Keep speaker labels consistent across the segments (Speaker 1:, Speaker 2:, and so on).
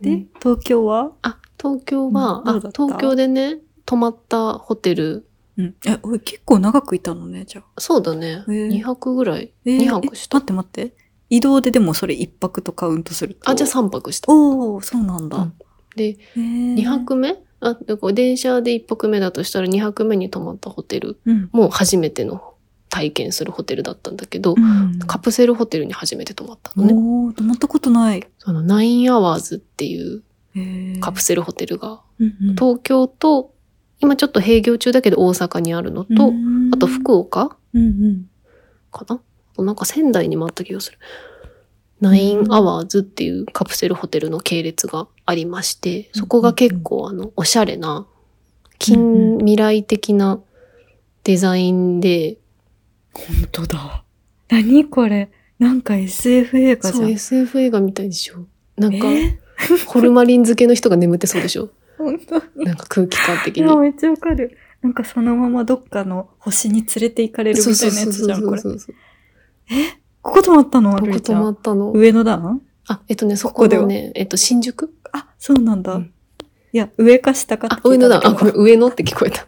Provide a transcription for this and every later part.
Speaker 1: で、
Speaker 2: うん
Speaker 1: 東京は
Speaker 2: あ、東京は、
Speaker 1: うん
Speaker 2: あ、
Speaker 1: どうだった
Speaker 2: 東京でね、泊まったホテル、
Speaker 1: うん。え、おい、結構長くいたのね、じゃあ。
Speaker 2: そうだね、
Speaker 1: へえ
Speaker 2: 2泊ぐらい、
Speaker 1: えー
Speaker 2: 2泊した
Speaker 1: え。待って待って。移動ででもそれ1泊とカウントすると。
Speaker 2: あ、じゃあ3泊した。
Speaker 1: おおそうなんだ。
Speaker 2: うんで、
Speaker 1: へー
Speaker 2: 2。泊目あ、だから電車で1泊目だとしたら2泊目に泊まったホテル、
Speaker 1: うん。
Speaker 2: もう初めての体験するホテルだったんだけど、
Speaker 1: うん
Speaker 2: カプセルホテルに初めて泊まったのね。
Speaker 1: おー泊まったことない。
Speaker 2: その9アワーズっていう
Speaker 1: へー
Speaker 2: カプセルホテルが、
Speaker 1: うんうん
Speaker 2: 東京と、今ちょっと営業中だけど大阪にあるの
Speaker 1: う
Speaker 2: と、
Speaker 1: ん
Speaker 2: あと福岡
Speaker 1: うんうん。
Speaker 2: かななんか仙台にもあった気がする。ナインアワーズっていうカプセルホテルの系列がありまして、そこが結構あの、おしゃれな、
Speaker 1: うんう
Speaker 2: 近
Speaker 1: ん
Speaker 2: 未来的なデザインで、
Speaker 1: 本当だ。何これ。なんか SF 映画じ
Speaker 2: そ
Speaker 1: ゃ
Speaker 2: う、
Speaker 1: ん。
Speaker 2: SF 映画みたいでしょ。な
Speaker 1: え
Speaker 2: んか、
Speaker 1: ー
Speaker 2: ホルマリン漬けの人が眠ってそうでし ょ。
Speaker 1: 本当に。
Speaker 2: なんか空気感的
Speaker 1: い
Speaker 2: に。
Speaker 1: や、めっちゃわかる。なんかそのままどっかの星に連れて行かれるみたいなやつじゃん、これ。こ
Speaker 2: うそう。
Speaker 1: こ泊まったのあ
Speaker 2: ここ
Speaker 1: るち
Speaker 2: 泊
Speaker 1: ゃ
Speaker 2: ま
Speaker 1: ん。
Speaker 2: ったの。
Speaker 1: 上野段
Speaker 2: あ、えっとね、そ
Speaker 1: ここ
Speaker 2: こ
Speaker 1: で
Speaker 2: で
Speaker 1: は
Speaker 2: ね、えっと、新宿
Speaker 1: あ、そうなんだ。
Speaker 2: うん
Speaker 1: いや、上か下か
Speaker 2: あ、上野段。あ、ごめん、上野って聞こ えた。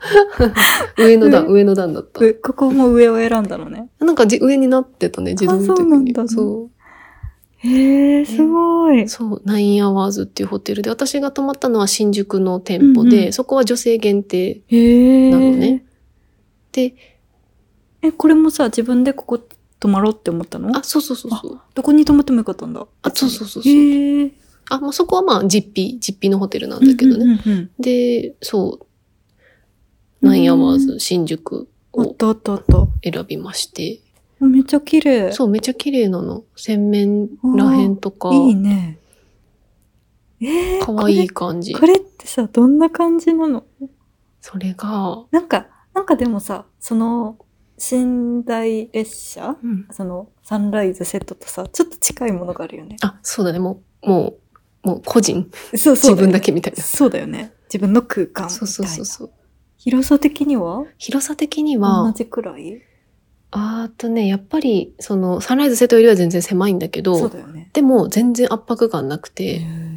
Speaker 2: 上野段、上野段だった。
Speaker 1: 上ここも上を選んだのね。
Speaker 2: なんかじ上になってたね、自動の時
Speaker 1: あそうなん
Speaker 2: に。
Speaker 1: だね
Speaker 2: そ。。
Speaker 1: へえ、すごいう
Speaker 2: そう、ナインアワーズっていうホテルで、私が泊まったのは新宿の店舗で、
Speaker 1: うんうん
Speaker 2: そこは女性限定
Speaker 1: へえ。
Speaker 2: なのね。で、
Speaker 1: え、これもさ、自分でここ泊まろうって思ったの
Speaker 2: あ、そうそうそうそう。
Speaker 1: どこに泊まってもよかったんだ。
Speaker 2: あ、そうそうそうそう。
Speaker 1: へえ。
Speaker 2: あ、まあ、そこはまあ、実費、実費のホテルなんだけどね。
Speaker 1: うんうんうん
Speaker 2: で、そう、ナインアワー
Speaker 1: う
Speaker 2: ズ新宿
Speaker 1: うん。あっ
Speaker 2: を
Speaker 1: たあったあった。
Speaker 2: 選びまして、
Speaker 1: めっちゃ綺麗。
Speaker 2: そう、めっちゃ綺麗なの。洗面らへんとか、
Speaker 1: いいね。えー、
Speaker 2: かわいい感じ。
Speaker 1: これ。これってさ、どんな感じなの
Speaker 2: それが、
Speaker 1: なんか、なんかでもさ、その、寝台列車その、サンライズセットとさ、ちょっと近いものがあるよね。
Speaker 2: あ、そうだね、もう、もう、もう個人、
Speaker 1: そうそ
Speaker 2: 自
Speaker 1: うよね
Speaker 2: 分だけみたいな。
Speaker 1: そうだよね。自分の空間みたいな。
Speaker 2: そうそうそうそう。
Speaker 1: 広さ的には
Speaker 2: 広さ的に
Speaker 1: 同
Speaker 2: は、
Speaker 1: じくらい
Speaker 2: あーっとね、やっぱり、その、サンライズセットよりは全然狭いんだけ
Speaker 1: そう
Speaker 2: ど、
Speaker 1: だよね。
Speaker 2: でも全然圧迫感なくて、
Speaker 1: うん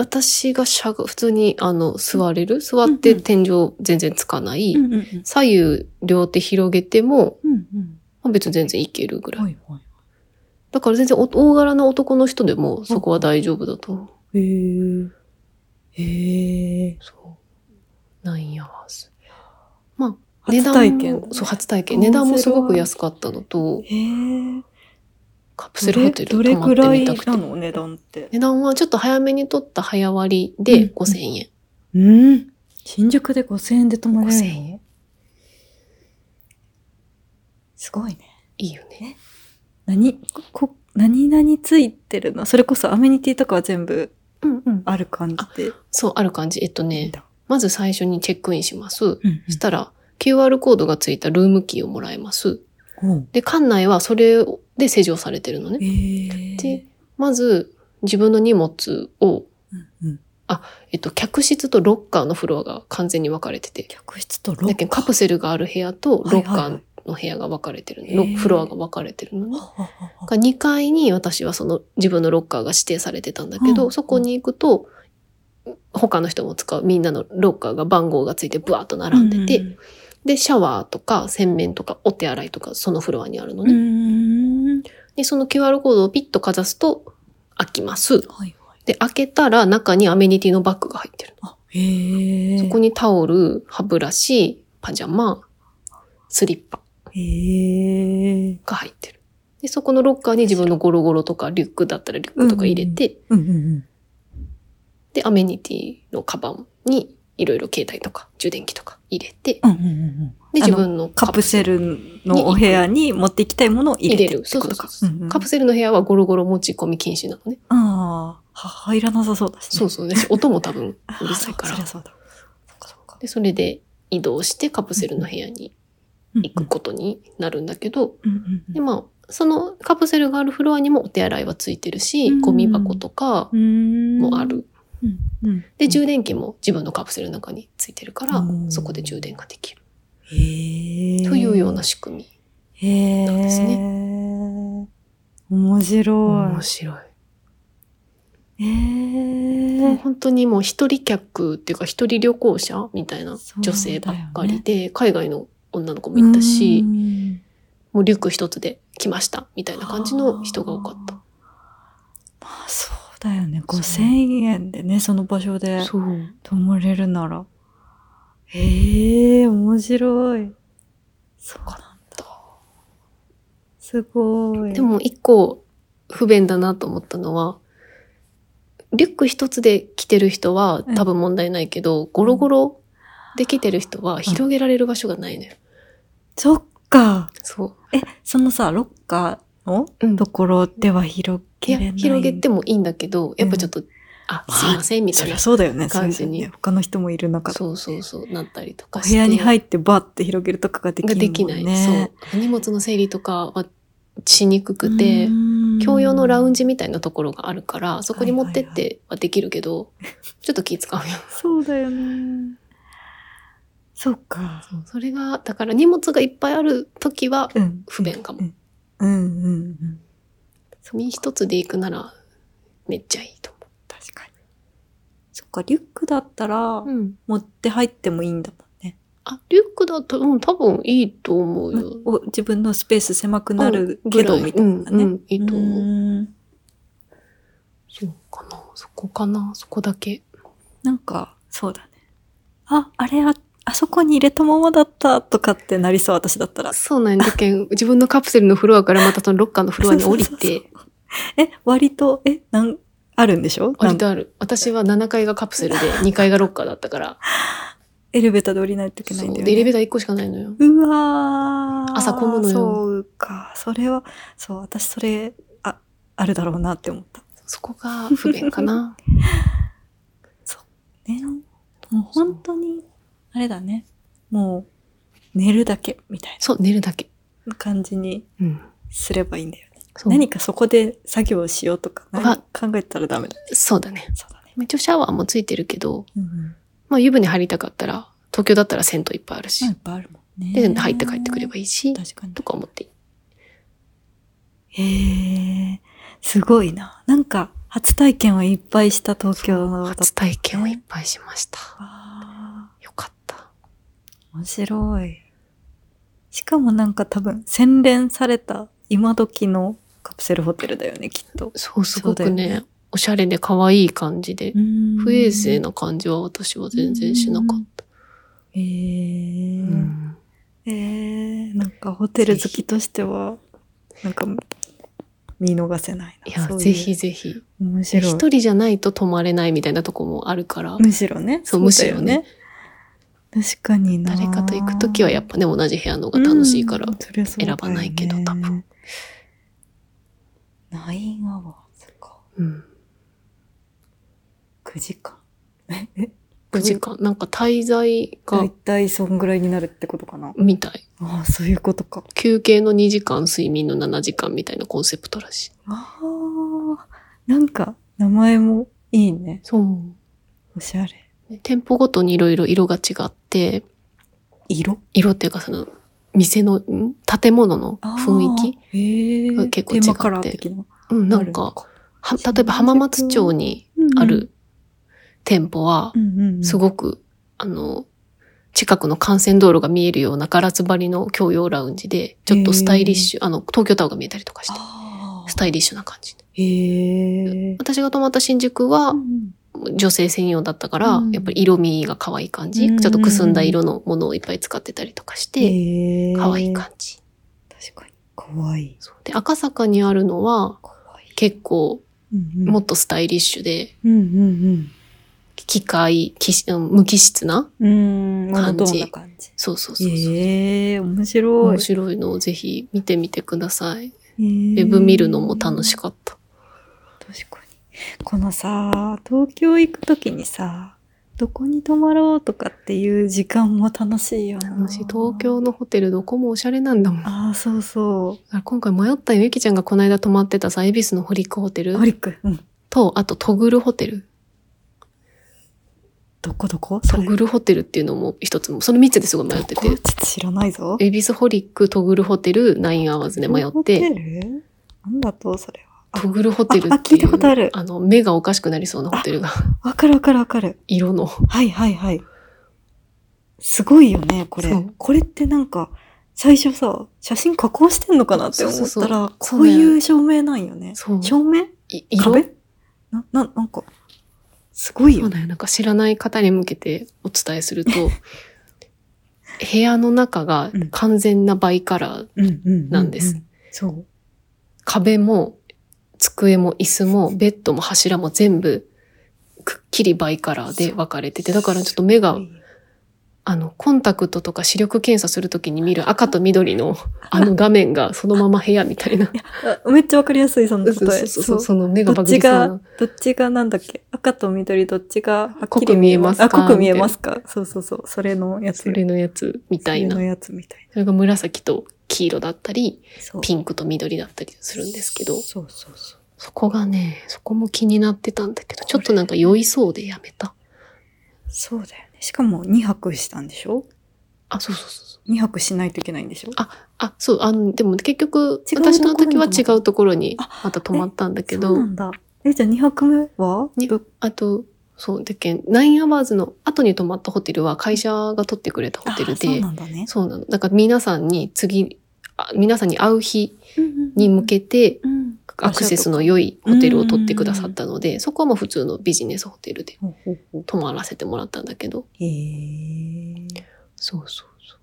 Speaker 2: 私がしゃが、普通に、あの、座れる座って天井全然つかない、
Speaker 1: うんうん
Speaker 2: 左右両手広げても、
Speaker 1: うんうん
Speaker 2: まあ別に全然いけるぐらい。
Speaker 1: はいは
Speaker 2: だから全然お大柄な男の人でもそこは大丈夫だと思う。
Speaker 1: い。へーへえ。
Speaker 2: そう。ナインアワーズ。まあ、
Speaker 1: 初体
Speaker 2: 値
Speaker 1: 験
Speaker 2: 段。もそう、初体験。
Speaker 1: コンセ
Speaker 2: 値
Speaker 1: ルは
Speaker 2: 段もすごく安かったのと、
Speaker 1: へえ。
Speaker 2: カプセルホテル
Speaker 1: どれ
Speaker 2: 泊ま
Speaker 1: どれ
Speaker 2: っ
Speaker 1: ぐら
Speaker 2: てみ
Speaker 1: い
Speaker 2: たくて
Speaker 1: な。の値段って。
Speaker 2: 値段はちょっと早めに取った早割り
Speaker 1: うんう
Speaker 2: で
Speaker 1: ん
Speaker 2: 5000円。
Speaker 1: うん。新宿で5000円で泊まれるの
Speaker 2: 5000円
Speaker 1: すごいね。
Speaker 2: いいよね。
Speaker 1: 何、こ、何々ついてるのそれこそアメニティとかは全部
Speaker 2: うんうん。
Speaker 1: ある感じで。
Speaker 2: そう、ある感じ。えっとね、
Speaker 1: だ
Speaker 2: まず最初にチェックインします。
Speaker 1: うん
Speaker 2: そしたら、QR コードがついたルームキーをもらえます。
Speaker 1: うん。
Speaker 2: で、館内はそれで施錠されてるのね。
Speaker 1: え
Speaker 2: で、まず、自分の荷物を、
Speaker 1: うん
Speaker 2: えっと、客室とロッカーのフロアが完全に分かれてて、
Speaker 1: 客室とロ
Speaker 2: だけどカプセルがある部屋とロッカ
Speaker 1: はいはい
Speaker 2: ー
Speaker 1: はい
Speaker 2: の部屋が分かれてるの、
Speaker 1: へー
Speaker 2: ロフロアが分かれてるのね。が2階に私はその自分のロッカーが指定されてたんだけど、
Speaker 1: うん
Speaker 2: そこに行くと、他の人も使うみんなのロッカーが番号がついてブワーッと並んでて、
Speaker 1: て。
Speaker 2: で、シャワーとか洗面とかお手洗いとかそのフロアにあるの
Speaker 1: う
Speaker 2: ね。
Speaker 1: ん。
Speaker 2: で、その QR コードをピッとかざすと開きます。
Speaker 1: はいはい。
Speaker 2: で、開けたら中にアメニティのバッグが入ってる。
Speaker 1: あ、へえ。
Speaker 2: そこにタオル、歯ブラシ、パジャマ、スリッパ
Speaker 1: へえ。
Speaker 2: が入ってる。で、そこのロッカーに自分のゴロゴロとかリュックだったらリュックとか入れて、
Speaker 1: うんうんうん。
Speaker 2: で、アメニティのカバンにいろいろ携帯とか充電器とか入れて、
Speaker 1: うんうんうんうん。
Speaker 2: で、
Speaker 1: あの
Speaker 2: 自分の
Speaker 1: カプセルのお部屋に持っていきたいものを入れてるって
Speaker 2: そう
Speaker 1: こ
Speaker 2: そう
Speaker 1: と
Speaker 2: そ
Speaker 1: か
Speaker 2: う。そう、カプセルの部屋はゴロゴロ持ち込み禁止なのね。
Speaker 1: ル。ああ、は入らなさそうだしね。
Speaker 2: そうそう。で音も多分うるさいか
Speaker 1: あ
Speaker 2: ら
Speaker 1: そりゃ。そうだ。そっかそっか。
Speaker 2: で、それで移動してカプセルの部屋に行くことになるんだけど、
Speaker 1: うんうんうん
Speaker 2: で、まあ、そのカプセルがあるフロアにもお手洗いはついてるし、
Speaker 1: うん
Speaker 2: ゴミ箱とかもある。
Speaker 1: うんうん。
Speaker 2: で、充電器も自分のカプセルの中についてるから
Speaker 1: うん、
Speaker 2: そこで充電ができる。
Speaker 1: へえ。
Speaker 2: というような仕組み。
Speaker 1: へえ。
Speaker 2: なんですね
Speaker 1: 面白
Speaker 2: 面白い。
Speaker 1: い。へえ。はい
Speaker 2: 本当にもう一人客っていうか一人旅行者みたいな女性ばっかりで、海外の女の子もいたし、
Speaker 1: うん
Speaker 2: もうリュック一つで来ましたみたいな感じの人が多かった。
Speaker 1: まあそうだよね5,000円でねその場所で
Speaker 2: そう。
Speaker 1: 泊まれるならへえ面白いそうなんだすごい
Speaker 2: でも一個不便だなと思ったのは、リュック一つで来てる人は多分問題ないけど、ゴロゴロで来てる人は広げられる場所がないのよ。
Speaker 1: そっか
Speaker 2: そ
Speaker 1: えそのさロッカーの
Speaker 2: う。うん
Speaker 1: ところでは広
Speaker 2: い
Speaker 1: げ
Speaker 2: や
Speaker 1: れない
Speaker 2: 広げてもいいんだけど、やっぱちょっと、あ、すいません、みた
Speaker 1: そ
Speaker 2: い
Speaker 1: り
Speaker 2: な
Speaker 1: ゃ。そうだよね
Speaker 2: 感じに
Speaker 1: そうだよね他の人もいる中で
Speaker 2: そうそうそう、なったりと
Speaker 1: お
Speaker 2: か
Speaker 1: 部屋に入
Speaker 2: っ
Speaker 1: ってバッて広げるとかができ
Speaker 2: ができ
Speaker 1: もん
Speaker 2: ない。
Speaker 1: ね
Speaker 2: そう。荷物の整理とかはしにくくて、
Speaker 1: うん
Speaker 2: 共用のラウンジみたいなところがあるから、そこに持ってっ
Speaker 1: はいは
Speaker 2: てはできるけど、ちょっと気使うよ。
Speaker 1: そうだよねそうか
Speaker 2: そうそれが、だから荷物がいっぱいある時は
Speaker 1: うん
Speaker 2: 不便かも。
Speaker 1: うんうんうん
Speaker 2: 身一つで行くならめっちゃいいと思
Speaker 1: 確かにそっかリュックだったら
Speaker 2: う。うん。
Speaker 1: 持って入ってもいいんだもんね、
Speaker 2: あ、リュックだと、うん、多分いいと思うよ。
Speaker 1: お自分のスペース狭くなるけどみたい
Speaker 2: うん
Speaker 1: なね、
Speaker 2: うん、いいと思う。
Speaker 1: うん
Speaker 2: そうかな。そこかな。そこだけ。
Speaker 1: なんかそうだねああれああそこに入れたままだったとかってなりそう私だったら
Speaker 2: そうなんだけん、自分のカプセルのフロアからまたそのロッカーのフロアに降り
Speaker 1: そうそう
Speaker 2: て、
Speaker 1: え割とえなんあるんでしょ
Speaker 2: 割
Speaker 1: なん
Speaker 2: とある。私は7階がカプセル で2階がロッカーだったから、
Speaker 1: エレベーターで降りないといけな
Speaker 2: そ
Speaker 1: いん
Speaker 2: う。
Speaker 1: だよ
Speaker 2: で、エレベ
Speaker 1: ね
Speaker 2: ーター1個しかないのよ。
Speaker 1: うわー
Speaker 2: 朝混むのよ
Speaker 1: そうかそれはそう私それああるだろうなって思った
Speaker 2: そこが不便か な。
Speaker 1: ねもう本当にあれだねもう寝るだけみたい
Speaker 2: そう、寝るだけ。
Speaker 1: な感じに
Speaker 2: うん。
Speaker 1: すればいいんだよね
Speaker 2: そう
Speaker 1: 何かそこで作業しようとか
Speaker 2: わ
Speaker 1: 何考えたらダメだ
Speaker 2: そうだね。
Speaker 1: そうだね、
Speaker 2: 一応シャワーもついてるけど、
Speaker 1: うんうん、
Speaker 2: まあ湯船入りたかったら、東京だったら銭湯いっぱいあるし
Speaker 1: まあ、いっぱいあるもんね
Speaker 2: で、入って帰ってくればいいし、
Speaker 1: 確かに
Speaker 2: とか思って。
Speaker 1: へえ、すごいな。なんか、初体験はいっぱいした東京のだった
Speaker 2: 初体験をいっぱいしました。
Speaker 1: あ
Speaker 2: よかった。
Speaker 1: ー面白い。しかもなんか多分、洗練された今時のカプセルホテルだよね、きっと。
Speaker 2: そう、すごく
Speaker 1: そうだ
Speaker 2: ね、
Speaker 1: よね
Speaker 2: おしゃれで可愛い感じで、不
Speaker 1: 不
Speaker 2: 衛生。な感じは私は全然しなかった。
Speaker 1: へえ
Speaker 2: うん
Speaker 1: えー、なんかホテル好きとしては、なんか、見逃せないな。
Speaker 2: いや、
Speaker 1: そうう
Speaker 2: ぜひ。ぜひ。
Speaker 1: 面白い。
Speaker 2: 一人じゃないと泊まれないみたいなとこもあるから、
Speaker 1: むしろね。
Speaker 2: そう
Speaker 1: だよ
Speaker 2: む。
Speaker 1: 確かにな。
Speaker 2: 誰かと行くときはやっぱね、同じ部屋の方が楽しいから
Speaker 1: うん。そりゃそうだよね
Speaker 2: 選ばないけど多分。
Speaker 1: ナインアワーズか。
Speaker 2: うん。
Speaker 1: 9時間。え、え
Speaker 2: 9時間。なんか滞在
Speaker 1: だい
Speaker 2: が、
Speaker 1: たいそんぐらいになるってことかな。
Speaker 2: みたい。
Speaker 1: ああ、そういうことか。
Speaker 2: 休憩の2時間、睡眠の7時間みたいなコンセプトらしい。
Speaker 1: ああ、なんか、名前もいいね。
Speaker 2: そう。
Speaker 1: おしゃれ。
Speaker 2: ね店舗ごとにいろいろ色が違って、
Speaker 1: 色
Speaker 2: 色っていうかその、店の、ん建物の雰囲気
Speaker 1: 気へえ
Speaker 2: が結構違って
Speaker 1: テーマカラー的な。
Speaker 2: うん、なんか
Speaker 1: ある、
Speaker 2: は例えば浜松町にある店舗は
Speaker 1: う、んうんうん、
Speaker 2: すごく、あの、近くの幹線道路が見えるようなガラス張りの共用ラウンジで、ちょっとスタイリッシュ、あの、東京タワーが見えたりとかして、
Speaker 1: ああ
Speaker 2: スタイリッシュな感じで。
Speaker 1: へえ
Speaker 2: 私が泊まった新宿は、女性専用だったから、
Speaker 1: うん
Speaker 2: やっぱり色味が可愛い感じ、
Speaker 1: うん
Speaker 2: ちょっとくすんだ色のものをいっぱい使ってたりとかして、
Speaker 1: で
Speaker 2: 可愛い感じ。
Speaker 1: 確かに。かわいい。
Speaker 2: そうで、赤坂にあるのは、
Speaker 1: かわいい。
Speaker 2: 結構、
Speaker 1: うんうん
Speaker 2: もっとスタイリッシュで、
Speaker 1: うんうん
Speaker 2: 機械、機うん無機質な
Speaker 1: うん。うん、モノトーンな感じ。
Speaker 2: そうそうそうそう。
Speaker 1: ええー、面白い。
Speaker 2: 面白いのをぜひ見てみてください。
Speaker 1: え
Speaker 2: ウ
Speaker 1: ー
Speaker 2: ェブ見るのも楽しかった。
Speaker 1: 確かに。このさ、東京行くときにさ、どこに泊まろうとかっていう時間も楽しいよな。
Speaker 2: 楽しい。東京のホテルどこもおしゃれなんだもん。だか
Speaker 1: ああ、そうそ
Speaker 2: ら今回迷ったよ。ゆきちゃんがこの間泊まってたさ、恵比寿のホリックホテ
Speaker 1: う。
Speaker 2: ル
Speaker 1: ホリック。うん。
Speaker 2: と、あとトグルホテル。
Speaker 1: どこどこ
Speaker 2: トグルホテルっていうのも一つも、その3つですごい迷って
Speaker 1: それ
Speaker 2: て
Speaker 1: どこ。ちょっと知らないぞ。
Speaker 2: エビスホリック、トグルホテル、ナインアワーズで迷っ
Speaker 1: ホテ
Speaker 2: て、
Speaker 1: ルなんだと、それは。
Speaker 2: トグルホテルって
Speaker 1: あ聞い
Speaker 2: い
Speaker 1: た
Speaker 2: う
Speaker 1: ことある
Speaker 2: あの、目がおかしくなりそうなホテルが、
Speaker 1: わかるわかるわかる。
Speaker 2: 色の。
Speaker 1: はいはいはい。すごいよね、これ
Speaker 2: そう。
Speaker 1: これってなんか、最初さ、写真加工してんのかなって思った
Speaker 2: そ
Speaker 1: ら、
Speaker 2: うそうそう
Speaker 1: こういう照明なんよね。
Speaker 2: そう
Speaker 1: 照明
Speaker 2: い色
Speaker 1: 壁な、な、なんか、すごい
Speaker 2: そ
Speaker 1: よ
Speaker 2: う
Speaker 1: ね。
Speaker 2: だよ。なんか知らない方に向けてお伝えすると、部屋の中が
Speaker 1: うん
Speaker 2: 完全なバイカラー、
Speaker 1: うんうんうんうん
Speaker 2: なんです。
Speaker 1: そう。
Speaker 2: 壁も机も椅子もベッドも柱も全部くっきりバイカラーで分かれてて、だからちょっと目が、あの、コンタクトとか視力検査するときに見る赤と緑のあの画面がそのまま部屋み たいな。
Speaker 1: あめっちゃわかりやすい、その
Speaker 2: そうそ
Speaker 1: 例
Speaker 2: うそ
Speaker 1: え。
Speaker 2: うそう、
Speaker 1: そう
Speaker 2: その目がバ
Speaker 1: どっ
Speaker 2: グり
Speaker 1: ち
Speaker 2: そう
Speaker 1: が、
Speaker 2: な。
Speaker 1: どっちがなんだっけ赤と緑どっちがはっ
Speaker 2: 濃
Speaker 1: き
Speaker 2: く
Speaker 1: り
Speaker 2: 見えますか
Speaker 1: あ、濃く見え
Speaker 2: みたいな
Speaker 1: ますかそうそうそう。それのやつ
Speaker 2: そ
Speaker 1: よ。
Speaker 2: れのやつみたいな
Speaker 1: それ。のやつみたい
Speaker 2: それが紫と黄色だったり、
Speaker 1: な。そう
Speaker 2: ピンクと緑だったりするんですけど、
Speaker 1: そうそうそう。
Speaker 2: そこがね、そこも気になってたんだけど、ちょっとなんか酔いそうでやめた。
Speaker 1: そうだよね。しかも2泊したんでしょ
Speaker 2: あ、そうそうそうそう。
Speaker 1: ?2 泊しないといけないんでしょ
Speaker 2: あ、そう、あの、でも結局、
Speaker 1: 違う
Speaker 2: 私の時は
Speaker 1: ところに
Speaker 2: 違
Speaker 1: 泊まった
Speaker 2: うところに
Speaker 1: あ
Speaker 2: また泊まったんだけ
Speaker 1: そう
Speaker 2: ど
Speaker 1: な、んだ。え、じゃあ2泊目は
Speaker 2: に
Speaker 1: ぶ
Speaker 2: あと、そう、でけん、9アワーズの後に泊まったホテルは会社が取ってくれたホテル
Speaker 1: あそう
Speaker 2: で
Speaker 1: な、んだね。
Speaker 2: そうなの。だから皆さんに次、あ皆さんに会う日に向
Speaker 1: け、
Speaker 2: けて、
Speaker 1: うん
Speaker 2: アクセスの良いホテルを取ってくださったので、そこはもう普通のビジネスホテルで
Speaker 1: ほうほうほう
Speaker 2: 泊まらせてもらったんだけど。
Speaker 1: へえ。
Speaker 2: そうそうそう。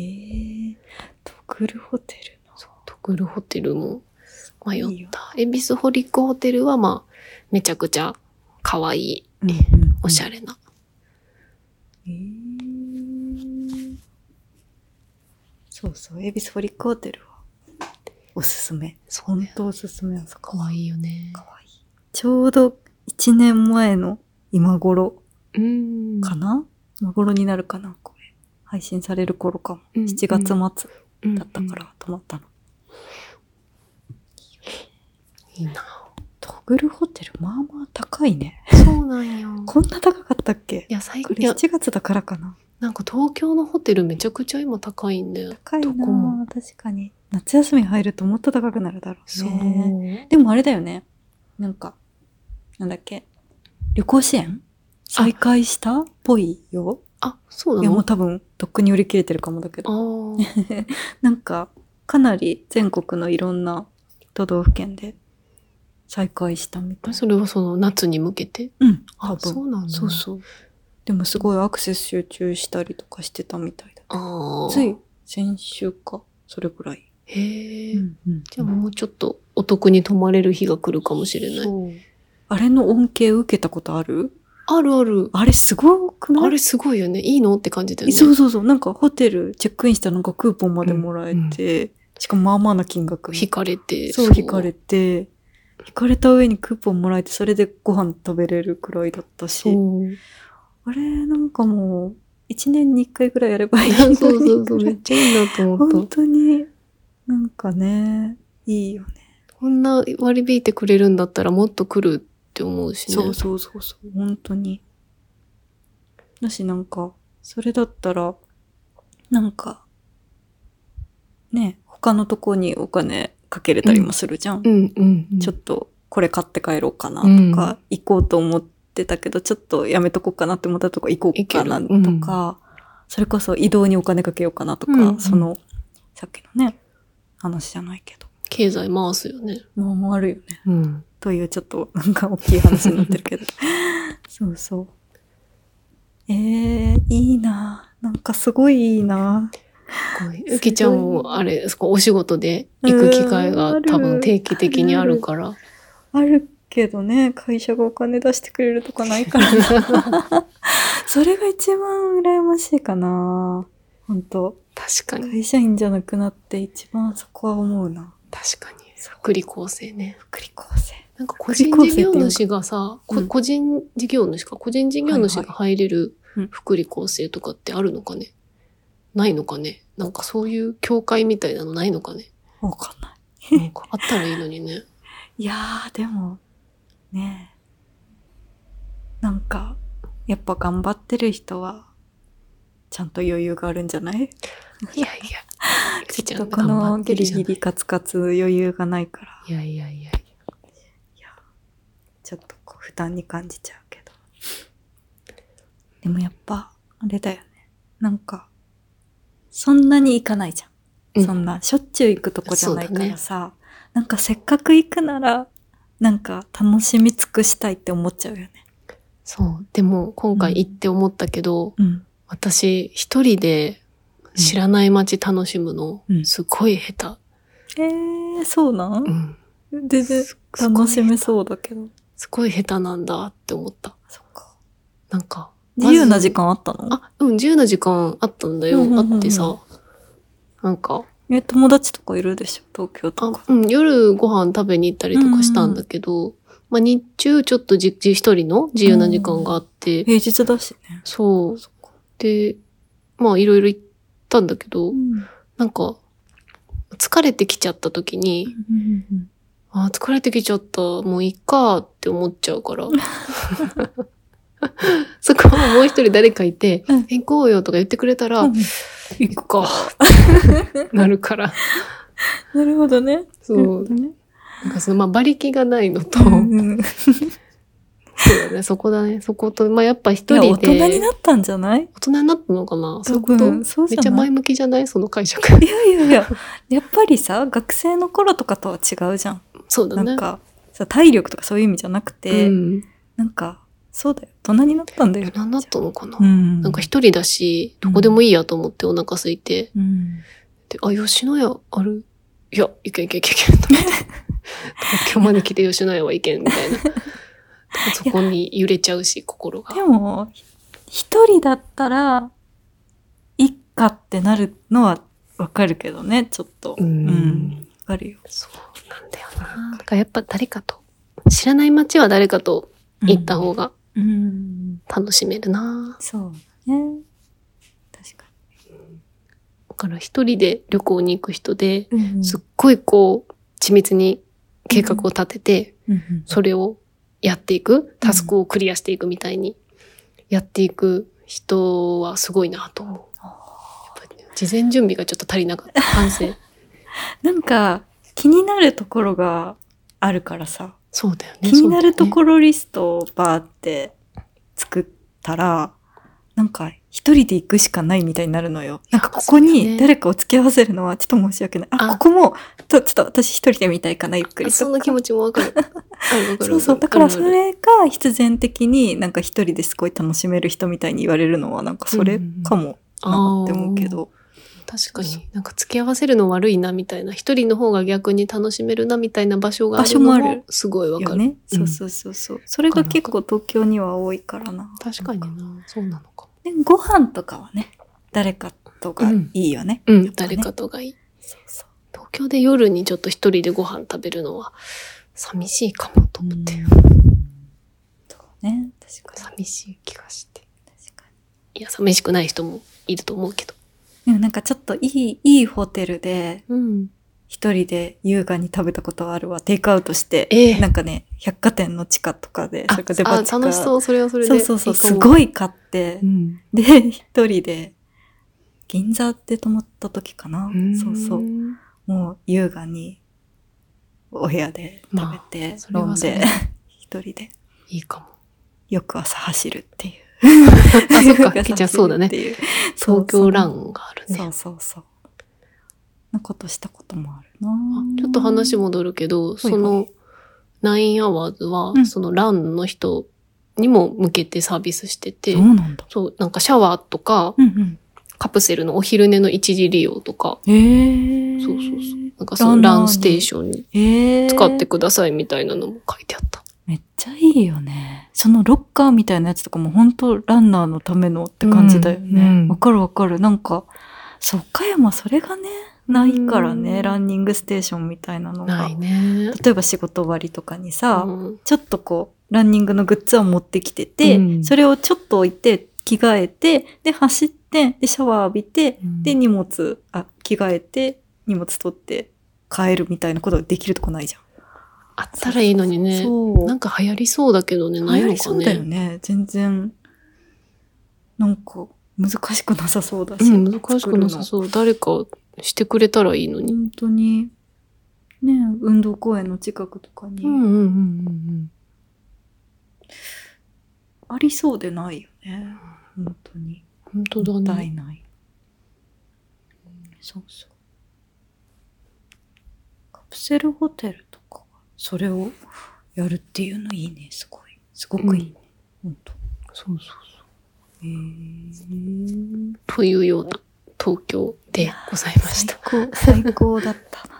Speaker 1: へえ。トクルホテルの。
Speaker 2: トクルホテルも迷
Speaker 1: いい
Speaker 2: っ
Speaker 1: よ
Speaker 2: た。恵比寿ホリックホテルはまあ、めちゃくちゃ可愛い、おしゃ
Speaker 1: れ。
Speaker 2: れな。
Speaker 1: へーそうそう。エビスフォリックホテルは、おすすめ。
Speaker 2: そう
Speaker 1: 本
Speaker 2: ね。
Speaker 1: 当おすすめあそこ
Speaker 2: 可愛いよね。
Speaker 1: かわいい。ちょうど1年前の今頃
Speaker 2: うん。
Speaker 1: かな、今頃になるかなこれ。配信される頃かも。
Speaker 2: うん
Speaker 1: 7月末だった
Speaker 2: うんうん
Speaker 1: から泊まったの。
Speaker 2: いいな。
Speaker 1: トグルホテル、まあまあ高いね。
Speaker 2: そうなんよ。
Speaker 1: こんな高かったっけ
Speaker 2: いや、最
Speaker 1: こ
Speaker 2: 近、い
Speaker 1: れ
Speaker 2: や、
Speaker 1: 7月だからかな。
Speaker 2: なんか東京のホテルめちゃくちゃ今高いんだよ。
Speaker 1: 高い
Speaker 2: どこも
Speaker 1: なあ確かに。夏休み入るともっと高くなるだろう
Speaker 2: そう。
Speaker 1: ね。でもあれだよね。なんか、なんだっけ。旅行支援再開したっぽいよ。
Speaker 2: あ、そう
Speaker 1: い
Speaker 2: な
Speaker 1: やも
Speaker 2: の
Speaker 1: う多分、とっくに売り切れてるかもだけど。
Speaker 2: あ あ。
Speaker 1: なんか、かなり全国のいろんな都道府県で再開したみたい。
Speaker 2: それはその夏に向けて
Speaker 1: うん、多
Speaker 2: あ、そ
Speaker 1: 分。
Speaker 2: うなんだ。
Speaker 1: そうそう。でもすごいアクセス集中したりとかしてたみたいだ。
Speaker 2: ああ。
Speaker 1: つい先週か、それぐらい。
Speaker 2: へえ。じゃ
Speaker 1: じ
Speaker 2: あもうちょっとお得に泊まれる日が来るかもしれない。
Speaker 1: そう。あれの恩恵受けたことある
Speaker 2: あるある。
Speaker 1: あれすごくない
Speaker 2: あれすごいよね。いいのって感じだよね。
Speaker 1: そうそうそう。なんかホテルチェックインしたなんかクーポンまでもらえて、しかもまあまあな金額。
Speaker 2: 惹かれて。
Speaker 1: そう、引かれて、引かれた上にクーポンもらえて、それでご飯食べれるくらいだった
Speaker 2: そ
Speaker 1: し、
Speaker 2: う。
Speaker 1: あれ、なんかもう、一年に一回ぐらいやればいいの
Speaker 2: そう
Speaker 1: に
Speaker 2: そうそうそう。めっちゃいいなと思
Speaker 1: 本
Speaker 2: った。
Speaker 1: 当に、なんかね、いいよね。
Speaker 2: こんな割り引いてくれるんだったらもっと来るって思うしね。
Speaker 1: そうそうそうそう、本当に。だし、なんか、それだったら、なんか、ね、他のとこにお金かけれたりもするじゃん
Speaker 2: うんうんうん。
Speaker 1: ちょっとこれ買って帰ろうかな
Speaker 2: うん
Speaker 1: とか、行こうと思ってたけど、ちょっとやめとこうかなって思ったとこ行こうかなとか、
Speaker 2: 行けるう
Speaker 1: それこそ移動にお金かけようかなとか、
Speaker 2: うん
Speaker 1: その、さっきのね、話じゃないけど、
Speaker 2: 経済回すよね。
Speaker 1: もうもうあるよね。
Speaker 2: うん。
Speaker 1: というちょっとなんか大きい話になってる けど。そうそう。えー、いいなぁなんかすごいいいなぁ
Speaker 2: うきちゃんもあれ、そこお仕事で行く機会
Speaker 1: うんあ
Speaker 2: が
Speaker 1: る
Speaker 2: 多分定期的にあるから。
Speaker 1: あるけどね、会社がお金出してくれるとかな いからそれが一番羨ましいかな。本当
Speaker 2: 確かに。
Speaker 1: 会社員じゃなくなって一番そこは思うな。
Speaker 2: 確かに。福利厚生ね。
Speaker 1: 福利厚生。
Speaker 2: なんか個人事業主がさ、こ
Speaker 1: 福利厚生っていうかうん
Speaker 2: 個人事業主か、個人事業主が入れる
Speaker 1: いはいうん
Speaker 2: 福利厚生とかってあるのかねないのかねなんかそういう協会みたいなのないのかね
Speaker 1: わかんな
Speaker 2: なんかあったらいいのにね。
Speaker 1: い。いやー、でも、ねえなんか、やっぱ頑張ってる人は、ちゃんと余裕があるんじゃない
Speaker 2: いやいや。ゆき
Speaker 1: ち
Speaker 2: ち
Speaker 1: ょ
Speaker 2: ゃ
Speaker 1: っと
Speaker 2: ん
Speaker 1: こ
Speaker 2: 頑張
Speaker 1: の
Speaker 2: って
Speaker 1: ギ
Speaker 2: る
Speaker 1: リ
Speaker 2: じゃん
Speaker 1: ギリカツカツ余裕がないから。
Speaker 2: いやいやいや。
Speaker 1: ちょっとこう負担に感じちゃうけどでもやっぱあれだよねなんかそんなに行かないじゃん
Speaker 2: うん
Speaker 1: そんなしょっちゅう行くとこじゃない
Speaker 2: そう
Speaker 1: か
Speaker 2: だね
Speaker 1: らさ、なんかせっかく行くならなんか楽しみ尽くしたいって思っちゃうよね。
Speaker 2: そう。でも、今回
Speaker 1: うん
Speaker 2: 行って思ったけど、
Speaker 1: うん、
Speaker 2: 私、一人で知らない街楽しむの
Speaker 1: う、ん
Speaker 2: すごい下
Speaker 1: えー、そうな
Speaker 2: 手。うんん。
Speaker 1: 全然
Speaker 2: すすご
Speaker 1: 楽
Speaker 2: い
Speaker 1: しめそうだけど。
Speaker 2: すごい下手なんだって思った。
Speaker 1: そっか。
Speaker 2: なんか、
Speaker 1: 自由な時間あったの
Speaker 2: あ、うん、自由な時間あったんだよ。
Speaker 1: うんうんうんうん
Speaker 2: あってさ、なんか、
Speaker 1: え、友達とかいるでしょ東京と
Speaker 2: あ
Speaker 1: か。
Speaker 2: うん、夜ご飯食べに行ったりとかしたんだけど、まあ日中ちょっとじ、じ、一人の自由な時間があって、
Speaker 1: 平日だしね。
Speaker 2: そう。
Speaker 1: そっか。
Speaker 2: で、まあいろいろ行ったんだけど、
Speaker 1: うん。
Speaker 2: なんか、疲れてきちゃった時に、あー疲れてきちゃった、もういいかって思っちゃう から。 そこはもう一人誰かいて、
Speaker 1: うん
Speaker 2: 行こうよとか言ってくれたら、
Speaker 1: うん
Speaker 2: 行くか、 なるから。
Speaker 1: なるほどね。
Speaker 2: そ
Speaker 1: なるほ
Speaker 2: う
Speaker 1: ど。ね。
Speaker 2: なんかその、まあ、馬力がないのと、
Speaker 1: うん
Speaker 2: そうだね、そこだね、そこと、まあ、やっぱ一
Speaker 1: いや
Speaker 2: 人
Speaker 1: 大
Speaker 2: で、
Speaker 1: 人になったんじゃない
Speaker 2: 大人になったのかなそうい
Speaker 1: 多
Speaker 2: うこと
Speaker 1: 分、そう
Speaker 2: め
Speaker 1: じ
Speaker 2: っ
Speaker 1: ゃ
Speaker 2: ちゃ
Speaker 1: ない
Speaker 2: 前向きじゃないその解 釈。
Speaker 1: いやいやいや、やっぱりさ、学生の頃とかとは違うじゃん。
Speaker 2: そうだね。
Speaker 1: なんか、さ体力とかそういう意味じゃなくて、
Speaker 2: うん。
Speaker 1: なんか、そうだよ。大人になったんだよ。
Speaker 2: 何だったのかな、
Speaker 1: うん。
Speaker 2: なんか一人だし、どこでもいいやと思ってお腹空いて、
Speaker 1: うん。
Speaker 2: で、あ、吉野家あるいや、いけんいけんいけんいけん と思って。東京まで来て吉野家はいけんみたいな。そこに揺れちゃうし、心が。
Speaker 1: でも、ひ一人だったら、いっかってなるのはわかるけどね、ちょっと。
Speaker 2: う
Speaker 1: うんん。わかるよ。
Speaker 2: そうなんだよな。だからやっぱ誰かと、知らない街は誰かと行った方が
Speaker 1: うん。うん。
Speaker 2: 楽しめるな。
Speaker 1: そうね。確か
Speaker 2: だから一人で旅行に行く人で、
Speaker 1: に。うん
Speaker 2: すっごいこう、緻密に計画を立てて、
Speaker 1: うん
Speaker 2: それをやっていく、タスクをクリアしていくみたいに、やっていく人はすごいなと思う。やっぱりね事前準備がちょっと足りなかった。反 省。
Speaker 1: なんか、気になるところがあるからさ。
Speaker 2: そうだよね。
Speaker 1: 気になると
Speaker 2: ろ。
Speaker 1: ころリストをバーって作ったら、なんか一人で行くしかないみたいになるのよ。なんかここ
Speaker 2: そうだよ
Speaker 1: に
Speaker 2: ね
Speaker 1: 誰かを付き合わせるのはちょっと申し訳ない。あ、
Speaker 2: あ
Speaker 1: ここも、とちょっと私一人で見たいかな、ゆっくり
Speaker 2: あ
Speaker 1: とか。
Speaker 2: そんな気持ちもわか る。あわかるわかる
Speaker 1: そうそう。だからそ。
Speaker 2: ある
Speaker 1: れが必然的になんか一人ですごい楽しめる人みたいに言われるのはなんかそれかもなって思うけど。
Speaker 2: あー確かに。なんか付き合わせるの悪いなみたいな。一人の方が逆に楽しめるなみたいな場所があるのも
Speaker 1: 場所もある
Speaker 2: すごいわか
Speaker 1: よ
Speaker 2: る。
Speaker 1: ね。
Speaker 2: うん
Speaker 1: そうそうそうそう。それが結構東京には多いからな。
Speaker 2: 確かにな。そうなのかも。
Speaker 1: でご飯とかはね、誰かとかいいよね。
Speaker 2: うん。
Speaker 1: ぱね
Speaker 2: 誰かとがいい。
Speaker 1: そうそう。
Speaker 2: 東京で夜にちょっと一人でご飯食べるのは寂しいかもと思って、
Speaker 1: そうね確かに
Speaker 2: 寂しい気がして
Speaker 1: 確か
Speaker 2: いや寂しくない人もいると思うけど
Speaker 1: にでもなんかちょっといいいいホテルで
Speaker 2: うん
Speaker 1: 一人で優雅に食べたことはあるわテイクアウトして、
Speaker 2: ええ
Speaker 1: なんかね百貨店の地下とかで
Speaker 2: あ
Speaker 1: れからデパ
Speaker 2: あ
Speaker 1: 地下
Speaker 2: 楽しそうそれはそれで
Speaker 1: そうそうそうす
Speaker 2: い
Speaker 1: ごい買って、
Speaker 2: いうん
Speaker 1: で一人で銀座で泊まった時かな、そうそうもう優雅にお部屋で食べて、
Speaker 2: それは
Speaker 1: 飲ん
Speaker 2: それ
Speaker 1: で
Speaker 2: で
Speaker 1: 一人で
Speaker 2: いいか も
Speaker 1: 翌朝走るっていう
Speaker 2: あそっ か
Speaker 1: が
Speaker 2: けちゃんそうだね
Speaker 1: 走るっていう
Speaker 2: 東京ランがあるね
Speaker 1: そうそうそう。なことしたこともあるな
Speaker 2: あちょっと話
Speaker 1: も。
Speaker 2: 戻るけど
Speaker 1: いはい
Speaker 2: その9 hours は、
Speaker 1: うん
Speaker 2: そのランの人にも向けてサービスしてて、
Speaker 1: そうなんだ。
Speaker 2: そうなんかシャワーとか
Speaker 1: うんうん。
Speaker 2: カプセルのお昼寝の一時利用とか
Speaker 1: ええ
Speaker 2: そうそうそう。なんかそのランステーションに
Speaker 1: う。ええ
Speaker 2: 使ってくださいみたいなのも書いてあった。
Speaker 1: めっちゃいいよね。そのロッカーみたいなやつとかも本当ランナーのためのって感じだよね。
Speaker 2: う
Speaker 1: わ、
Speaker 2: んうん
Speaker 1: かるわかる。なんか、そう、岡山それがね、ないからね、
Speaker 2: うん
Speaker 1: ランニングステーションみたいなのが。
Speaker 2: ね。
Speaker 1: 例えば仕事終わりとかにさ、
Speaker 2: うん
Speaker 1: ちょっとこう、ランニングのグッズは持ってきてて、
Speaker 2: うん
Speaker 1: それをちょっと置いて、着替えて、で、走って、で、シャワー浴びて、で、荷物、あ、着替えて、荷物取って、帰るみたいなことができるとこないじゃん。
Speaker 2: あったらいいのにね。
Speaker 1: そう。
Speaker 2: なんか流行りそうだけどね、
Speaker 1: 流
Speaker 2: ない
Speaker 1: 行
Speaker 2: の
Speaker 1: り
Speaker 2: か
Speaker 1: そうだよ
Speaker 2: ね。
Speaker 1: ね。全然、なんか、難しくなさそうだし。
Speaker 2: うん、難しくなさそう。誰かしてくれたらいいの
Speaker 1: 作
Speaker 2: に。
Speaker 1: るの本当に、ね、運動公園の近くとかに、
Speaker 2: うんうんうん
Speaker 1: りそうでないよね。本当に。
Speaker 2: 本当
Speaker 1: も
Speaker 2: だ
Speaker 1: ったい
Speaker 2: ね。
Speaker 1: ない。そうそう。カプセルホテルとか、それをやるっていうのいいね、すごい。すごくいいね。本当。
Speaker 2: そうそうそう。
Speaker 1: へー
Speaker 2: というような東京でございました。
Speaker 1: 最高、最高だった。